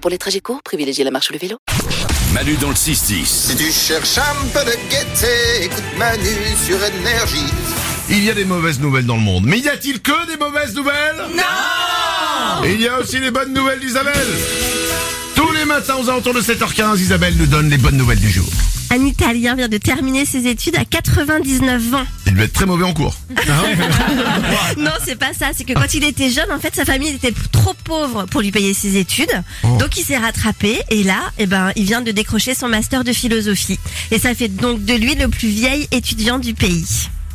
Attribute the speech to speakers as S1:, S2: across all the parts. S1: Pour les trajets courts, privilégiez la marche ou le vélo.
S2: Manu dans le 6-10.
S3: Si tu cherches un peu de gaieté, écoute Manu sur énergie.
S4: Il y a des mauvaises nouvelles dans le monde. Mais y a-t-il que des mauvaises nouvelles Non Il y a aussi les bonnes nouvelles d'Isabelle. Tous les matins aux alentours de 7h15, Isabelle nous donne les bonnes nouvelles du jour.
S5: Un Italien vient de terminer ses études à 99 ans.
S4: Il devait être très mauvais en cours.
S5: Non, c'est pas ça. C'est que quand il était jeune, en fait, sa famille était trop pauvre pour lui payer ses études. Donc, il s'est rattrapé. Et là, eh ben, il vient de décrocher son master de philosophie. Et ça fait donc de lui le plus vieil étudiant du pays.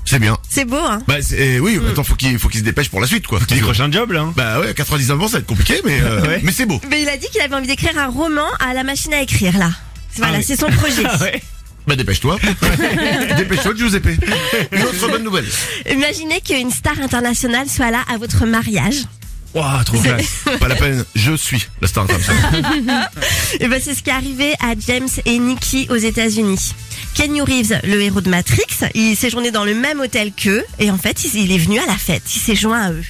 S4: C'est bien.
S5: C'est beau, hein
S4: Bah c'est- eh oui, attends, faut qu'il faut qu'il se dépêche pour la suite quoi. Faut qu'il décroche un job là. Bah ouais, 99 ans, ça va être compliqué, mais euh, mais c'est beau.
S5: Mais il a dit qu'il avait envie d'écrire un roman à la machine à écrire, là. Voilà, c'est son projet.
S4: Bah dépêche-toi. dépêche-toi, Giuseppe. Une autre bonne nouvelle.
S5: Imaginez qu'une star internationale soit là à votre mariage.
S4: Waouh, trop classe. Pas la peine. Je suis la star internationale.
S5: Et ben, c'est ce qui est arrivé à James et Nikki aux États-Unis. Kenny Reeves, le héros de Matrix, il séjournait dans le même hôtel qu'eux et en fait, il, il est venu à la fête. Il s'est joint à eux.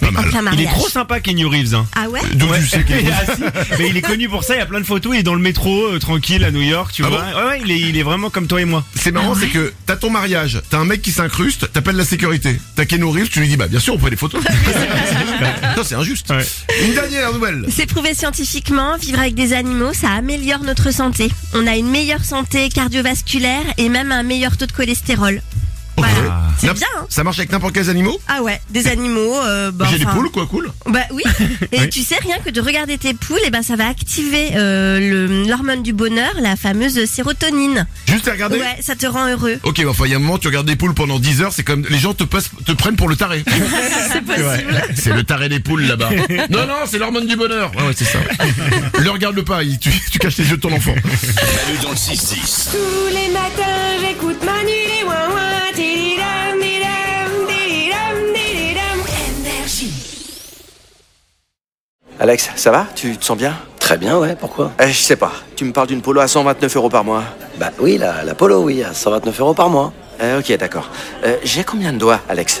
S4: Pas
S5: En
S4: mal.
S5: plein
S6: Il est
S5: mariage.
S6: trop sympa Kenny Reeves. hein.
S5: Ah ouais
S4: D'où tu sais qu'il est-
S6: Ah, si. Mais il est connu pour ça, il y a plein de photos, il est dans le métro, euh, tranquille, à New York, tu
S4: Ah
S6: vois. ouais, ouais, il est, il est vraiment comme toi et moi.
S4: C'est marrant,
S5: Ah
S4: c'est que t'as ton mariage, t'as un mec qui s'incruste, t'appelles la sécurité. T'as Keanu Reeves, tu lui dis bah bien sûr on prend des photos. Ça c'est injuste.
S6: Ouais.
S4: Une dernière nouvelle.
S5: C'est prouvé scientifiquement, vivre avec des animaux, ça améliore notre santé. On a une meilleure santé cardiovasculaire et même un meilleur taux de cholestérol. Voilà. Bah, C'est
S4: N'im-
S5: bien, hein
S4: Ça marche avec n'importe quels animaux.
S5: Ah ouais, des animaux, euh, bah,
S4: J'ai des
S5: enfin,
S4: poules quoi, cool.
S5: Bah oui. Et tu sais rien que de regarder tes poules, et ben ça va activer euh, le- l'hormone du bonheur, la fameuse sérotonine.
S4: Juste à regarder.
S5: Ouais, ça te rend heureux.
S4: Ok, bah, enfin, il y a un moment, tu regardes des poules pendant 10 heures, c'est comme les gens te, passent- te prennent pour le taré.
S5: C'est possible.
S4: C'est le taré des poules là-bas. Non, non, c'est l'hormone du bonheur. Ouais, ouais, c'est ça. Le regarde pas, il- tu, tu caches les yeux de ton enfant.
S2: Manu dans le 6-10.
S7: Tous les matins, j'écoute Manu les ouin-ouin, tiriram, tiriram, tiriram, tiriram.
S8: Alex, ça va Tu te sens bien
S9: Très bien, ouais, pourquoi
S8: Euh, Je sais pas. Tu me parles d'une polo à 129 euros par mois.
S9: Bah oui, la, la Polo, oui, à 129 euros par mois.
S8: Euh, ok, d'accord. Euh, J'ai combien de doigts, Alex